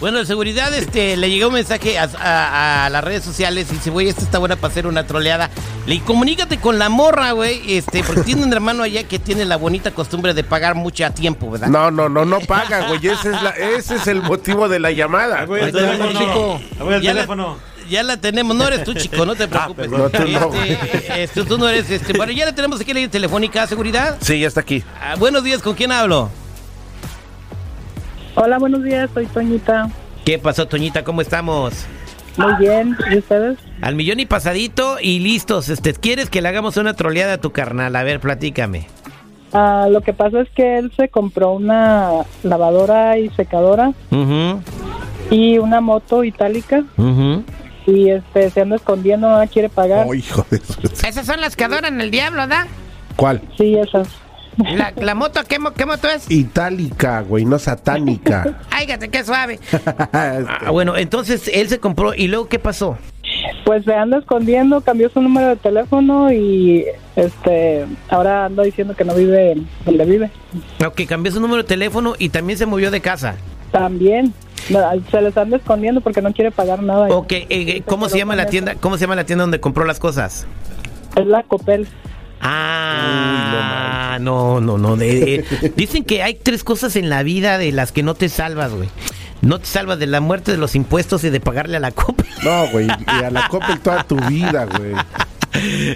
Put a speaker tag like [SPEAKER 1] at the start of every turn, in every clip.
[SPEAKER 1] Bueno, de seguridad, este, le llegó un mensaje a, a- a las redes sociales y dice, güey, esta está buena para hacer una troleada. Le digo, comunícate con la morra, güey, este, porque tiene un hermano allá que tiene la bonita costumbre de pagar mucho a tiempo, ¿verdad?
[SPEAKER 2] No, no, no, no paga, güey. Ese es, la- ese es el motivo de la llamada.
[SPEAKER 3] Voy al
[SPEAKER 1] Ahorita vengo,
[SPEAKER 3] teléfono.
[SPEAKER 1] chico.
[SPEAKER 3] Voy al
[SPEAKER 1] Ya la-
[SPEAKER 3] teléfono.
[SPEAKER 1] Ya la tenemos, no eres tú, chico, no te preocupes.
[SPEAKER 2] Ah, perdón. No, tú no,
[SPEAKER 1] Este, este, tú no eres este. Bueno, ya la tenemos aquí en la línea telefónica, seguridad.
[SPEAKER 2] Sí, ya está aquí.
[SPEAKER 1] Ah, buenos días, ¿con quién hablo?
[SPEAKER 4] Hola, buenos días, soy Toñita.
[SPEAKER 1] ¿Qué pasó, Toñita? ¿Cómo estamos?
[SPEAKER 4] Muy bien, ¿y ustedes?
[SPEAKER 1] Al millón y pasadito y listos. Este, ¿Quieres que le hagamos una troleada a tu carnal? A ver, platícame.
[SPEAKER 4] Ah, lo que pasa es que él se compró una lavadora y secadora
[SPEAKER 1] Ujú,
[SPEAKER 4] y una moto itálica
[SPEAKER 1] ujú.
[SPEAKER 4] y este se anda escondiendo, no la quiere pagar.
[SPEAKER 2] Oh, hijo de su-
[SPEAKER 5] Esas son las que adoran el diablo, ¿da?
[SPEAKER 2] ¿Cuál?
[SPEAKER 4] Sí, esas.
[SPEAKER 5] La, la moto, ¿qué, mo- ¿qué moto es?
[SPEAKER 2] Itálica, güey, no satánica.
[SPEAKER 5] Áigate, qué suave.
[SPEAKER 1] Ah, bueno, entonces él se compró y luego ¿qué pasó?
[SPEAKER 4] Pues se anda escondiendo, cambió su número de teléfono y este ahora anda diciendo que no vive donde vive.
[SPEAKER 1] Ok, cambió su número de teléfono y también se movió de casa.
[SPEAKER 4] También no, se les anda escondiendo porque no quiere pagar nada.
[SPEAKER 1] Ok, eh, eh, ¿cómo se llama la tienda? ¿Cómo se llama la tienda donde compró las cosas?
[SPEAKER 4] Es la Copel.
[SPEAKER 1] Ah, no, no, no. de- de- dicen que hay tres cosas en la vida de las que no te salvas, güey. No te salvas de la muerte, de los impuestos y de pagarle a la copa.
[SPEAKER 2] No, güey, y a la Coppel toda tu vida, güey.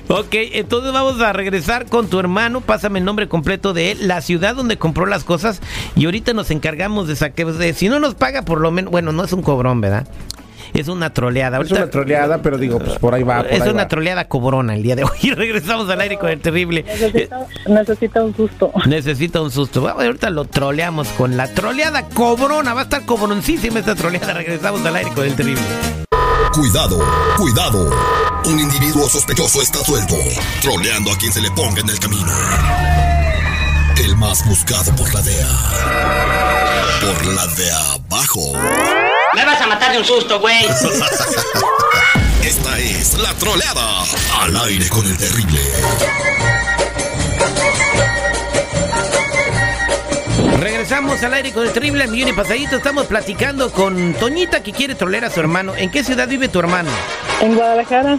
[SPEAKER 1] ok, entonces vamos a regresar con tu hermano. Pásame el nombre completo de él, la ciudad donde compró las cosas. Y ahorita nos encargamos de saqueos. de- si no nos paga, por lo menos. Bueno, no es un cobrón, ¿verdad? Es una troleada.
[SPEAKER 2] Es una troleada, pero digo, pues por ahí va, por
[SPEAKER 1] es
[SPEAKER 2] ahí
[SPEAKER 1] una
[SPEAKER 2] va.
[SPEAKER 1] troleada cobrona el día de hoy. Regresamos al aire con el terrible. Eh,
[SPEAKER 4] Necesita, necesita un susto.
[SPEAKER 1] Necesita un susto. Bueno, ahorita lo troleamos con la troleada cobrona. Va a estar cobroncísima esta troleada. Regresamos al aire con el terrible.
[SPEAKER 6] Cuidado, cuidado. Un individuo sospechoso está suelto, troleando a quien se le ponga en el camino. El más buscado por la DEA. Por la de abajo.
[SPEAKER 7] Me vas a matar de un susto, güey.
[SPEAKER 6] Esta es la troleada. Al aire con el terrible.
[SPEAKER 1] Regresamos al aire con el terrible al millón y pasadito. Estamos platicando con Toñita que quiere trolear a su hermano. ¿En qué ciudad vive tu hermano?
[SPEAKER 4] En Guadalajara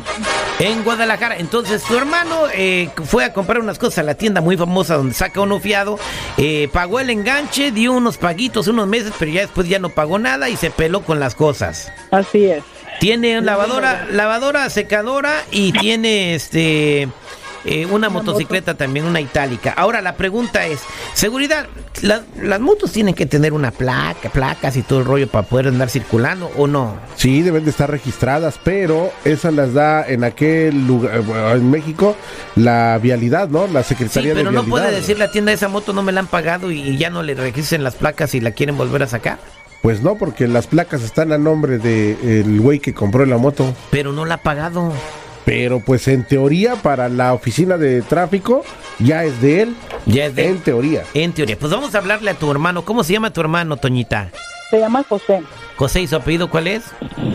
[SPEAKER 1] En Guadalajara. Entonces, tu hermano eh, fue a comprar unas cosas a la tienda muy famosa donde saca uno fiado. eh, pagó el enganche, dio unos paguitos, unos meses, pero ya después ya no pagó nada y se peló con las cosas.
[SPEAKER 4] Así es.
[SPEAKER 1] Tiene lavadora, lavadora, secadora y tiene este eh, una motocicleta también, una itálica. Ahora la pregunta es, seguridad, la- las motos tienen que tener una placa, placas y todo el rollo para poder andar circulando o no.
[SPEAKER 2] Sí, deben de estar registradas, pero esas las da en aquel lugar, eh, bueno, en México, la vialidad, ¿no? La
[SPEAKER 1] Sí,
[SPEAKER 2] Secretaría de
[SPEAKER 1] pero
[SPEAKER 2] Vialidad.
[SPEAKER 1] no puede decir la tienda esa moto no me la han pagado y, y ya no le registren las placas y la quieren volver a sacar.
[SPEAKER 2] Pues no, porque las placas están a nombre de el güey que compró la moto.
[SPEAKER 1] Pero no la ha pagado.
[SPEAKER 2] Pero pues en teoría para la oficina de tráfico ya es de él.
[SPEAKER 1] Ya es de-
[SPEAKER 2] En teoría.
[SPEAKER 1] En teoría, pues vamos a hablarle a tu hermano. ¿Cómo se llama tu hermano, Toñita?
[SPEAKER 4] Se llama José
[SPEAKER 1] José y su apellido, ¿cuál es?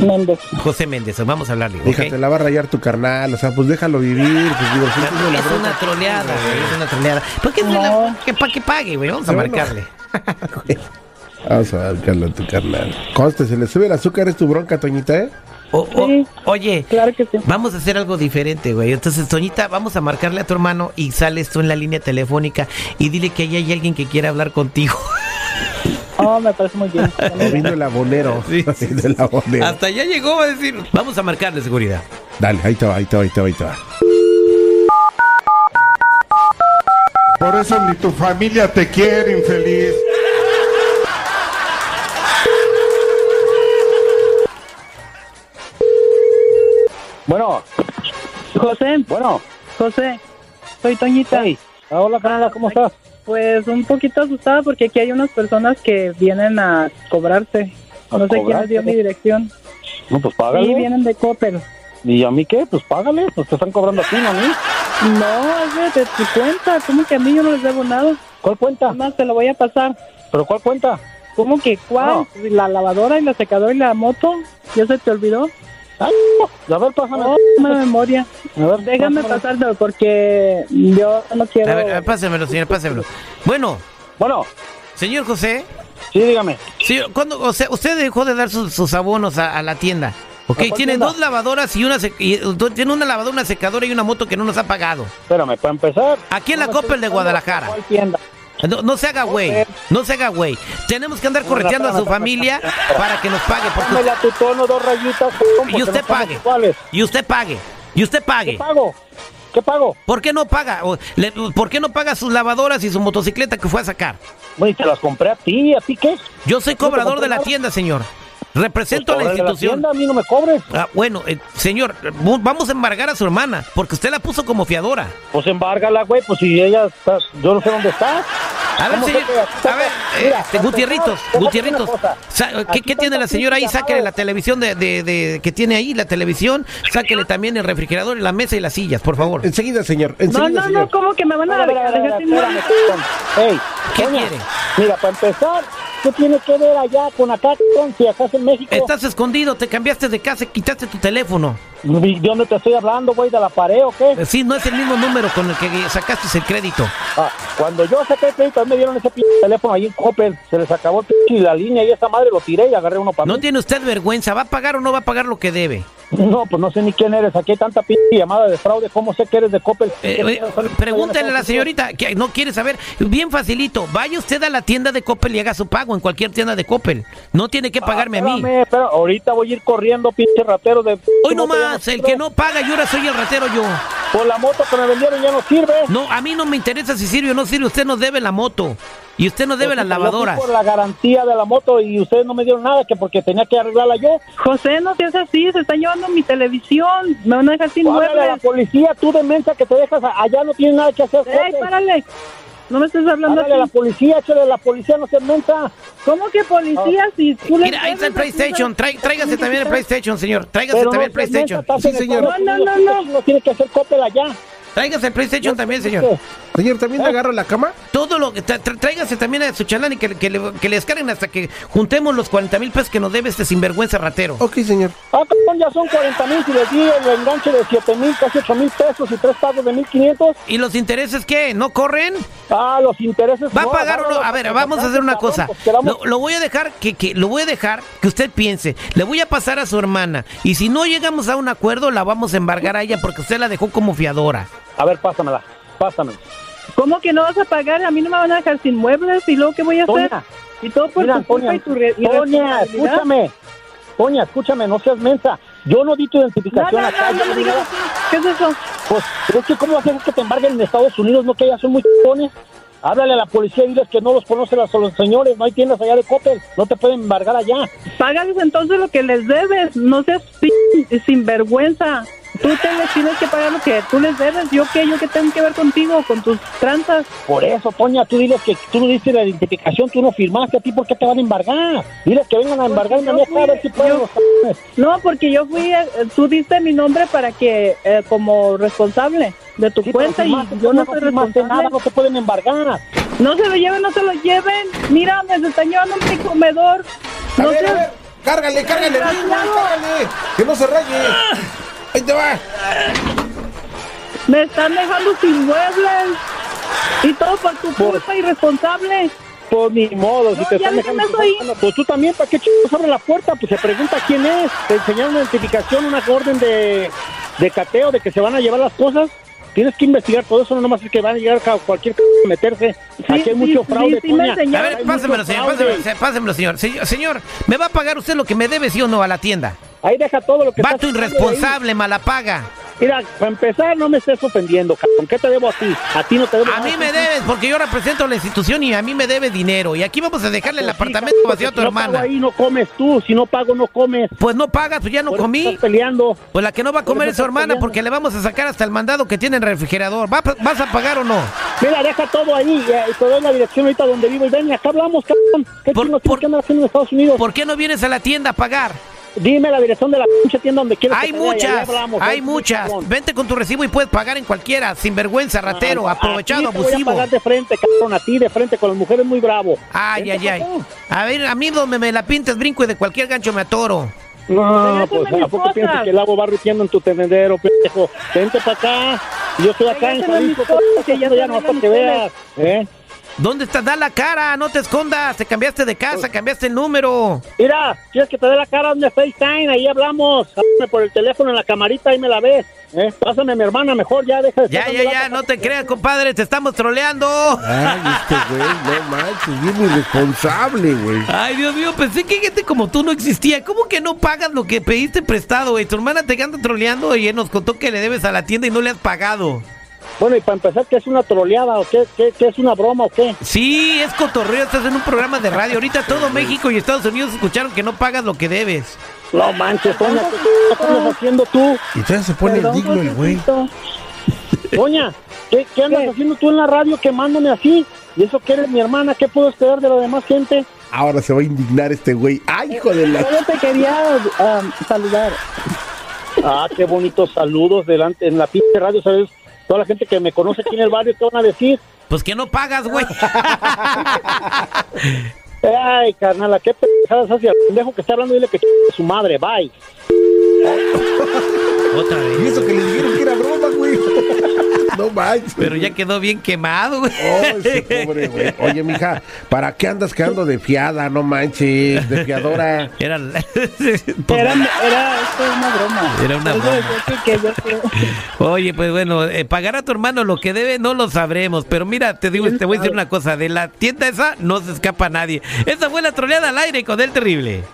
[SPEAKER 4] Méndez.
[SPEAKER 1] José Méndez. Vamos a hablarle. ¿ok?
[SPEAKER 2] Fíjate, la va a rayar tu carnal, o sea, pues déjalo vivir, pues digo, sí,
[SPEAKER 1] Ah, Es
[SPEAKER 2] tiene la
[SPEAKER 1] una
[SPEAKER 2] bronca.
[SPEAKER 1] troleada, güey, es una troleada. ¿Por qué no.
[SPEAKER 4] No.
[SPEAKER 1] que, pa- que pague, güey? Vamos a
[SPEAKER 2] No, no.
[SPEAKER 1] marcarle.
[SPEAKER 2] Vamos a marcarlo a tu carnal. Conste, se le sube el azúcar, es tu bronca, Toñita, ¿eh?
[SPEAKER 1] O- o-
[SPEAKER 4] Sí.
[SPEAKER 1] oye,
[SPEAKER 4] Claro que sí.
[SPEAKER 1] vamos a hacer algo diferente, güey. Entonces, Toñita, vamos a marcarle a tu hermano y sales tú en la línea telefónica y dile que ahí hay alguien que quiere hablar contigo.
[SPEAKER 4] Oh, me parece muy bien.
[SPEAKER 2] O vino el abonero.
[SPEAKER 1] Sí, sí,
[SPEAKER 2] Vino el abonero.
[SPEAKER 1] Hasta ya llegó, va a decir. Vamos a marcarle seguridad.
[SPEAKER 2] Dale, ahí te va, ahí te va, ahí te va, ahí te va.
[SPEAKER 8] Por eso ni tu familia te quiere, infeliz.
[SPEAKER 9] Bueno,
[SPEAKER 4] José,
[SPEAKER 9] bueno.
[SPEAKER 4] José, soy Toñita.
[SPEAKER 9] Hey, hola, Canela, ¿cómo estás?
[SPEAKER 4] Pues un poquito asustada porque aquí hay unas personas que vienen a cobrarse.
[SPEAKER 9] ¿A
[SPEAKER 4] no sé quién les dio
[SPEAKER 9] cobrarse?
[SPEAKER 4] mi dirección.
[SPEAKER 9] No, pues
[SPEAKER 4] Sí,
[SPEAKER 9] págale.
[SPEAKER 4] vienen de Coppel.
[SPEAKER 9] ¿Y a mí qué? Pues págale. Pues te están cobrando a ti, no a mí.
[SPEAKER 4] No, es de, de tu cuenta. ¿Cómo que a mí yo no les debo nada?
[SPEAKER 9] ¿Cuál cuenta?
[SPEAKER 4] Además, te lo voy a pasar.
[SPEAKER 9] ¿Pero cuál cuenta?
[SPEAKER 4] ¿Cómo que cuál? La lavadora y la secadora y la moto. ¿Ya se te olvidó?
[SPEAKER 9] Ay, a ver, pásame.
[SPEAKER 4] No, una memoria.
[SPEAKER 9] A ver,
[SPEAKER 4] Oh, Déjame
[SPEAKER 9] pásame.
[SPEAKER 4] pasártelo porque yo no quiero...
[SPEAKER 1] A ver, a ver, pásemelo, señor, pásemelo. Bueno,
[SPEAKER 9] Bueno,
[SPEAKER 1] señor José,
[SPEAKER 9] Sí, dígame.
[SPEAKER 1] Sí, ¿cuándo- o sea, usted dejó de dar sus, sus abonos a, a la tienda. Ok,
[SPEAKER 9] ¿A cuál
[SPEAKER 1] tiene
[SPEAKER 9] tienda?
[SPEAKER 1] dos lavadoras y una sec- y, do- tiene una lavadora, una secadora y una moto que no nos ha pagado.
[SPEAKER 9] Espérame, para empezar.
[SPEAKER 1] Aquí en la
[SPEAKER 9] no me
[SPEAKER 1] Coppel
[SPEAKER 9] estoy
[SPEAKER 1] de
[SPEAKER 9] buscando
[SPEAKER 1] Guadalajara.
[SPEAKER 9] cuál tienda.
[SPEAKER 1] No, no se haga güey, no se haga güey. Tenemos que andar correteando a su familia para que nos pague. porque
[SPEAKER 9] Dámela tu tono, dos rayitas. cabrón,
[SPEAKER 1] y
[SPEAKER 9] porque
[SPEAKER 1] usted
[SPEAKER 9] no somos
[SPEAKER 1] pague.
[SPEAKER 9] iguales.
[SPEAKER 1] Y usted pague. Y usted
[SPEAKER 9] ¿Qué
[SPEAKER 1] pague.
[SPEAKER 9] pago? ¿Qué pago?
[SPEAKER 1] ¿Por qué no paga? O, le- ¿Por qué no paga sus lavadoras y su motocicleta que fue a sacar?
[SPEAKER 9] Güey, te las compré a ti, ¿a ti qué?
[SPEAKER 1] Yo soy
[SPEAKER 9] te
[SPEAKER 1] cobrador de la
[SPEAKER 9] compraron?
[SPEAKER 1] tienda, señor. Represento a la
[SPEAKER 9] Cóbrale a
[SPEAKER 1] institución.
[SPEAKER 9] tienda, a mí no me cobres.
[SPEAKER 1] Ah, bueno, eh, señor, eh, mu- vamos a embargar a su hermana, porque usted la puso como fiadora.
[SPEAKER 9] Pues embárgala, güey, pues si ella está... Yo no sé dónde está.
[SPEAKER 1] A ver,
[SPEAKER 9] ¿Cómo
[SPEAKER 1] señor,
[SPEAKER 9] que te-
[SPEAKER 1] a ver, eh,
[SPEAKER 9] Mira,
[SPEAKER 1] este,
[SPEAKER 9] para
[SPEAKER 1] Gutierritos,
[SPEAKER 9] empezar, déjate una
[SPEAKER 1] Gutierritos,
[SPEAKER 9] cosa.
[SPEAKER 1] sa- eh, ¿qué,
[SPEAKER 9] Aquí
[SPEAKER 1] qué tiene
[SPEAKER 9] tanta
[SPEAKER 1] la señora ahí?
[SPEAKER 9] pinche
[SPEAKER 1] Sáquele la
[SPEAKER 9] llamada.
[SPEAKER 1] televisión de, de- de- que tiene ahí, la televisión, sáquele también el refrigerador, la mesa y las sillas, por favor.
[SPEAKER 2] Enseguida, señor.
[SPEAKER 4] No,
[SPEAKER 2] Enseguida,
[SPEAKER 4] no,
[SPEAKER 2] señor.
[SPEAKER 4] no, ¿cómo que me van a
[SPEAKER 9] Espérame,
[SPEAKER 4] regalar? Yo
[SPEAKER 9] espérame,
[SPEAKER 4] tengo-
[SPEAKER 9] espérame, espérame. Ey,
[SPEAKER 1] ¿Qué
[SPEAKER 9] Toño,
[SPEAKER 1] quiere?
[SPEAKER 9] Mira, para empezar, ¿qué tiene que ver allá con acá, con si acá es en México?
[SPEAKER 1] Estás escondido, te cambiaste de casa, quitaste tu teléfono.
[SPEAKER 9] ¿De dónde te estoy hablando, güey? ¿De la pared o qué?
[SPEAKER 1] Eh, Sí, no es el mismo número con el que sacaste el crédito.
[SPEAKER 9] Ah, cuando yo saqué el crédito, a mí me dieron ese p teléfono ahí en Coppel. Se les acabó el p la línea y esa madre lo tiré y agarré uno para
[SPEAKER 1] No
[SPEAKER 9] mí.
[SPEAKER 1] tiene usted vergüenza, ¿va a pagar o no va a pagar lo que debe?
[SPEAKER 9] No, pues no sé ni quién eres. Aquí hay tanta p llamada de fraude. ¿Cómo sé que eres de Coppel?
[SPEAKER 1] Eh,
[SPEAKER 9] ¿Qué
[SPEAKER 1] eh,
[SPEAKER 9] pedo son-
[SPEAKER 1] pregúntele a la señorita que no quiere saber. Bien facilito. Vaya usted a la tienda de Coppel y haga su pago en cualquier tienda de Coppel. No tiene
[SPEAKER 9] Ah,
[SPEAKER 1] que pagarme a mí.
[SPEAKER 9] Espérame, espérame, ahorita voy a ir corriendo, pinche ratero de...
[SPEAKER 1] Hoy
[SPEAKER 9] no te llamas,
[SPEAKER 1] nomás, el que no paga, yo ahora soy el ratero yo.
[SPEAKER 9] Por la moto que me vendieron ya no sirve.
[SPEAKER 1] No, a mí no me interesa si sirve o no sirve. Usted nos debe la moto. Y usted nos debe
[SPEAKER 9] Yo
[SPEAKER 1] las
[SPEAKER 9] fui
[SPEAKER 1] lavadoras.
[SPEAKER 9] Por la garantía de la moto y ustedes no me dieron nada que porque tenía que arreglarla yo.
[SPEAKER 4] José, no seas así, se están llevando mi televisión, me van a dejar sin
[SPEAKER 9] Háblale a la
[SPEAKER 4] muebles.
[SPEAKER 9] policía, tú de mensa que te dejas a- allá no tienes nada que hacer.
[SPEAKER 4] Ey,
[SPEAKER 9] Jorge.
[SPEAKER 4] párale, no me estés hablando
[SPEAKER 9] Háblale a la
[SPEAKER 4] así.
[SPEAKER 9] policía, échale a la policía, no se mensa.
[SPEAKER 4] ¿Cómo que policía si tú le
[SPEAKER 1] Mira, ahí está el
[SPEAKER 4] debes,
[SPEAKER 1] PlayStation. Trai- tráigase también el PlayStation, señor. Tráigase
[SPEAKER 9] Pero
[SPEAKER 1] también el
[SPEAKER 9] seas
[SPEAKER 1] PlayStation.
[SPEAKER 9] mensa, estás
[SPEAKER 2] Sí,
[SPEAKER 9] en el
[SPEAKER 2] señor.
[SPEAKER 9] pueblo,
[SPEAKER 4] No, no,
[SPEAKER 9] tienes
[SPEAKER 4] no,
[SPEAKER 9] que- tiene que hacer cópela allá. Este,
[SPEAKER 1] Tráigase el PlayStation también, señor.
[SPEAKER 9] ¿Qué?
[SPEAKER 2] Señor,
[SPEAKER 1] Eh.
[SPEAKER 2] ¿también le agarra la cama?
[SPEAKER 1] Todo lo que. tra- tra- Tráigase también a su chalán y que, que le, que le descarguen hasta que juntemos los 40 mil pesos que nos debe este sinvergüenza ratero.
[SPEAKER 2] Ok, señor.
[SPEAKER 9] Ah, cabrón, ya son 40 mil, si les di el enganche de 7 mil, casi 8 mil pesos y tres pagos de 1500.
[SPEAKER 1] ¿Y los intereses qué? ¿No corren?
[SPEAKER 9] Ah, los intereses.
[SPEAKER 1] ¿Va
[SPEAKER 9] no,
[SPEAKER 1] a pagar o no?
[SPEAKER 9] agárralo,
[SPEAKER 1] A ver,
[SPEAKER 9] porque
[SPEAKER 1] vamos a hacer una
[SPEAKER 9] cabrón,
[SPEAKER 1] cosa.
[SPEAKER 9] pues quedamos-
[SPEAKER 1] Lo, lo voy a dejar que, que- lo voy a dejar que usted piense. Le voy a pasar a su hermana. Y si no llegamos a un acuerdo, la vamos a embargar a ella porque usted la dejó como fiadora.
[SPEAKER 9] A ver, pásamela, pásamela.
[SPEAKER 4] ¿Cómo que no vas a pagar? A mí no me van a dejar sin muebles y luego ¿qué voy a hacer?
[SPEAKER 9] Toña,
[SPEAKER 4] y todo por
[SPEAKER 9] Mira,
[SPEAKER 4] tu culpa
[SPEAKER 9] Toña,
[SPEAKER 4] y tu re-
[SPEAKER 9] Toña,
[SPEAKER 4] irresponsabilidad.
[SPEAKER 9] escúchame. Toña, escúchame, no seas mensa. Yo no di tu
[SPEAKER 4] No,
[SPEAKER 9] identificación
[SPEAKER 4] no,
[SPEAKER 9] acá.
[SPEAKER 4] no, no,
[SPEAKER 9] yo no
[SPEAKER 4] no
[SPEAKER 9] di
[SPEAKER 4] digas
[SPEAKER 9] nada.
[SPEAKER 4] así. ¿Qué es eso?
[SPEAKER 9] Pues, es que ¿cómo haces que te embarguen en Estados Unidos? No que ya son muy chingones. Háblale a la policía y diles que no los conocen a los señores. No hay tiendas allá de Coppel. No te pueden embargar allá.
[SPEAKER 4] Págales entonces lo que les debes, no seas pi- sinvergüenza. Tú te les tienes que pagar lo que tú les debes. ¿Yo qué? ¿Yo qué tengo que ver contigo, con tus tranzas?
[SPEAKER 9] Por eso, Toña, tú diles que tú no diste la identificación, tú no firmaste a ti, ¿por qué te van a embargar? Diles que vengan a embargar
[SPEAKER 4] Porque
[SPEAKER 9] a
[SPEAKER 4] Pues yo
[SPEAKER 9] mí acá a ver
[SPEAKER 4] fui-
[SPEAKER 9] si pueden
[SPEAKER 4] yo-
[SPEAKER 9] los cabrones.
[SPEAKER 4] No, porque yo fui, eh, tú diste mi nombre para que, eh, como responsable de tu
[SPEAKER 9] Sí, pero
[SPEAKER 4] cuenta y
[SPEAKER 9] firmaste,
[SPEAKER 4] yo
[SPEAKER 9] Toña,
[SPEAKER 4] no soy
[SPEAKER 9] firmaste
[SPEAKER 4] responsable.
[SPEAKER 9] nada, Pues, no te pueden embargar.
[SPEAKER 4] No se lo lleven, no se lo lleven. Mira, me están llevando mi comedor.
[SPEAKER 2] A
[SPEAKER 4] No
[SPEAKER 2] ver, a
[SPEAKER 4] seas-
[SPEAKER 2] ver. Cárgale, cárgale, bien, más, cárgale. Que no se raye.
[SPEAKER 1] Ah.
[SPEAKER 2] Ahí te va.
[SPEAKER 4] me están dejando sin muebles. Y todo por tu
[SPEAKER 9] Por-
[SPEAKER 4] culpa irresponsable.
[SPEAKER 9] Pues ni modo, si
[SPEAKER 4] No,
[SPEAKER 9] te
[SPEAKER 4] ya
[SPEAKER 9] están dejando.
[SPEAKER 4] déjame
[SPEAKER 9] tu
[SPEAKER 4] ahí.
[SPEAKER 9] casa, Pues tú también, ¿para qué chicos abre la puerta? Pues se pregunta quién es. Te enseñaron una identificación, una orden de, de cateo, de que se van a llevar las cosas. Tienes que investigar todo eso, no nomás es que van a llegar a cualquier c- a meterse. Aquí hay
[SPEAKER 4] sí,
[SPEAKER 9] mucho
[SPEAKER 4] sí,
[SPEAKER 9] fraude,
[SPEAKER 4] sí me
[SPEAKER 9] Toña.
[SPEAKER 4] enseñaron.
[SPEAKER 1] A
[SPEAKER 4] Ya,
[SPEAKER 1] ver,
[SPEAKER 9] hay
[SPEAKER 1] pásemelo,
[SPEAKER 9] mucho
[SPEAKER 1] señor,
[SPEAKER 9] fraude.
[SPEAKER 1] pásemelo, se- pásemelo, señor. Señor, señor, ¿me va a pagar usted lo que me debe, sí o no, a la tienda?
[SPEAKER 9] Ahí deja todo lo que
[SPEAKER 1] Vato
[SPEAKER 9] estás haciendo
[SPEAKER 1] irresponsable, malapaga.
[SPEAKER 9] ahí. Mira, para empezar, no me estés ofendiendo, cabrón. ¿Qué te debo a ti? A ti no te debo
[SPEAKER 1] A
[SPEAKER 9] nada.
[SPEAKER 1] mí me debes, porque yo represento la institución y a mí me debe dinero. Y aquí vamos a dejarle el
[SPEAKER 9] Pues sí,
[SPEAKER 1] apartamento
[SPEAKER 9] cabrón,
[SPEAKER 1] vacío a
[SPEAKER 9] si
[SPEAKER 1] tu
[SPEAKER 9] no
[SPEAKER 1] hermana.
[SPEAKER 9] Pago ahí no comes tú, si no pago no comes.
[SPEAKER 1] Pues no pagas, pues ya no
[SPEAKER 9] Por eso
[SPEAKER 1] comí.
[SPEAKER 9] Estás peleando.
[SPEAKER 1] Pues la que no va a
[SPEAKER 9] Por
[SPEAKER 1] comer
[SPEAKER 9] eso
[SPEAKER 1] es su
[SPEAKER 9] estás
[SPEAKER 1] hermana
[SPEAKER 9] peleando.
[SPEAKER 1] porque le vamos a sacar hasta el mandado que tiene en el refrigerador. ¿Va a pa- ¿Vas a pagar o no?
[SPEAKER 9] Mira, deja todo ahí, eh, y te doy la dirección ahorita donde vivo y ven, y acá hablamos, cabrón. ¿Qué
[SPEAKER 1] Por-
[SPEAKER 9] chingo
[SPEAKER 1] por-
[SPEAKER 9] tienes que andar haciendo en Estados Unidos?
[SPEAKER 1] ¿Por qué no vienes a la tienda a pagar?
[SPEAKER 9] Dime la dirección de la pinche tienda donde quieres
[SPEAKER 1] Hay
[SPEAKER 9] que te vaya, ahí
[SPEAKER 1] muchas,
[SPEAKER 9] hablamos, ahí
[SPEAKER 1] hay
[SPEAKER 9] sí,
[SPEAKER 1] muchas.
[SPEAKER 9] cabrón.
[SPEAKER 1] Vente con tu recibo y puedes pagar en cualquiera. Sinvergüenza, ratero,
[SPEAKER 9] A- a ti
[SPEAKER 1] aprovechado,
[SPEAKER 9] Ah, te voy a
[SPEAKER 1] abusivo.
[SPEAKER 9] pagar de frente, cabrón, a ti de frente con las mujeres muy bravo.
[SPEAKER 1] Ay,
[SPEAKER 9] Vente
[SPEAKER 1] ay, ay.
[SPEAKER 9] para acá.
[SPEAKER 1] A ver, a mí donde me la pintes brinco y de cualquier gancho me atoro.
[SPEAKER 9] No,
[SPEAKER 4] Regálame
[SPEAKER 9] pues
[SPEAKER 4] mis
[SPEAKER 9] ¿a poco
[SPEAKER 4] cosas.
[SPEAKER 9] piensas que el agua va ruteando en tu tendedero, pendejo? Vente para acá. Yo estoy acá en
[SPEAKER 4] Regálame mis
[SPEAKER 9] Jalisco,
[SPEAKER 4] cosas,
[SPEAKER 9] ¿qué
[SPEAKER 4] que ya
[SPEAKER 9] estás haciendo? ya
[SPEAKER 4] te
[SPEAKER 9] no
[SPEAKER 4] regalan
[SPEAKER 9] para que veas. ¿eh?
[SPEAKER 1] ¿Dónde estás? Da la cara, no te escondas. Te cambiaste de casa, cambiaste el número.
[SPEAKER 9] Mira, quieres que te dé la cara donde FaceTime, ahí hablamos. Háblame por el teléfono en la camarita, ahí me la ves. ¿eh? Pásame a mi hermana, mejor ya deja de
[SPEAKER 1] Ya,
[SPEAKER 9] estar
[SPEAKER 1] ya,
[SPEAKER 9] dando
[SPEAKER 1] ya,
[SPEAKER 9] lata.
[SPEAKER 1] no te creas, compadre, te estamos troleando.
[SPEAKER 2] Ay, este güey, no manches, bien irresponsable, güey.
[SPEAKER 1] Ay, Dios mío, pensé que gente como tú no existía. ¿Cómo que no pagas lo que pediste prestado, güey? Tu hermana te anda troleando y nos contó que le debes a la tienda y no le has pagado.
[SPEAKER 9] Bueno, y para empezar, ¿qué es una troleada o qué, qué, qué es una broma o qué?
[SPEAKER 1] Sí, es cotorreo, estás en un programa de radio. Ahorita todo México y Estados Unidos escucharon que no pagas lo que debes.
[SPEAKER 9] No manches, Toña, ¿qué c- estás haciendo tú?
[SPEAKER 2] Y ya se pone
[SPEAKER 4] Perdón,
[SPEAKER 2] digno el güey.
[SPEAKER 4] Josefito.
[SPEAKER 9] Toña, ¿qué, qué andas
[SPEAKER 4] ¿Qué?
[SPEAKER 9] haciendo tú en la radio quemándome así? Y eso que eres mi hermana, ¿qué puedo esperar de la demás gente?
[SPEAKER 2] Ahora se va a indignar este güey. Ay, hijo de la...
[SPEAKER 4] Solo te quería um, saludar.
[SPEAKER 9] Ah, qué bonitos saludos delante en la pinche radio, ¿sabes? Toda la gente que me conoce aquí en el barrio, ¿qué van a decir?
[SPEAKER 1] Pues que no pagas, güey.
[SPEAKER 9] Ay, carnal, qué pendejadas hace al pendejo que está hablando, dile que ch- su madre, bye.
[SPEAKER 1] Otra
[SPEAKER 2] Y
[SPEAKER 1] vez.
[SPEAKER 2] eso que le dijeron que era broma, güey. No manches.
[SPEAKER 1] Pero ya quedó bien quemado, güey.
[SPEAKER 2] Oh, ese pobre güey. Oye, mija, ¿para qué andas quedando de fiada? No manches, de fiadora.
[SPEAKER 1] Era,
[SPEAKER 4] Era, era esto una broma.
[SPEAKER 1] Pues Era una
[SPEAKER 4] Algo de
[SPEAKER 1] broma.
[SPEAKER 4] Jessy que yo creo.
[SPEAKER 1] Oye, pues bueno, eh, pagar a tu hermano lo que debe no lo sabremos, pero mira, te digo, te voy a decir una cosa, de la tienda esa no se escapa nadie. Esa fue la troleada al aire con el terrible.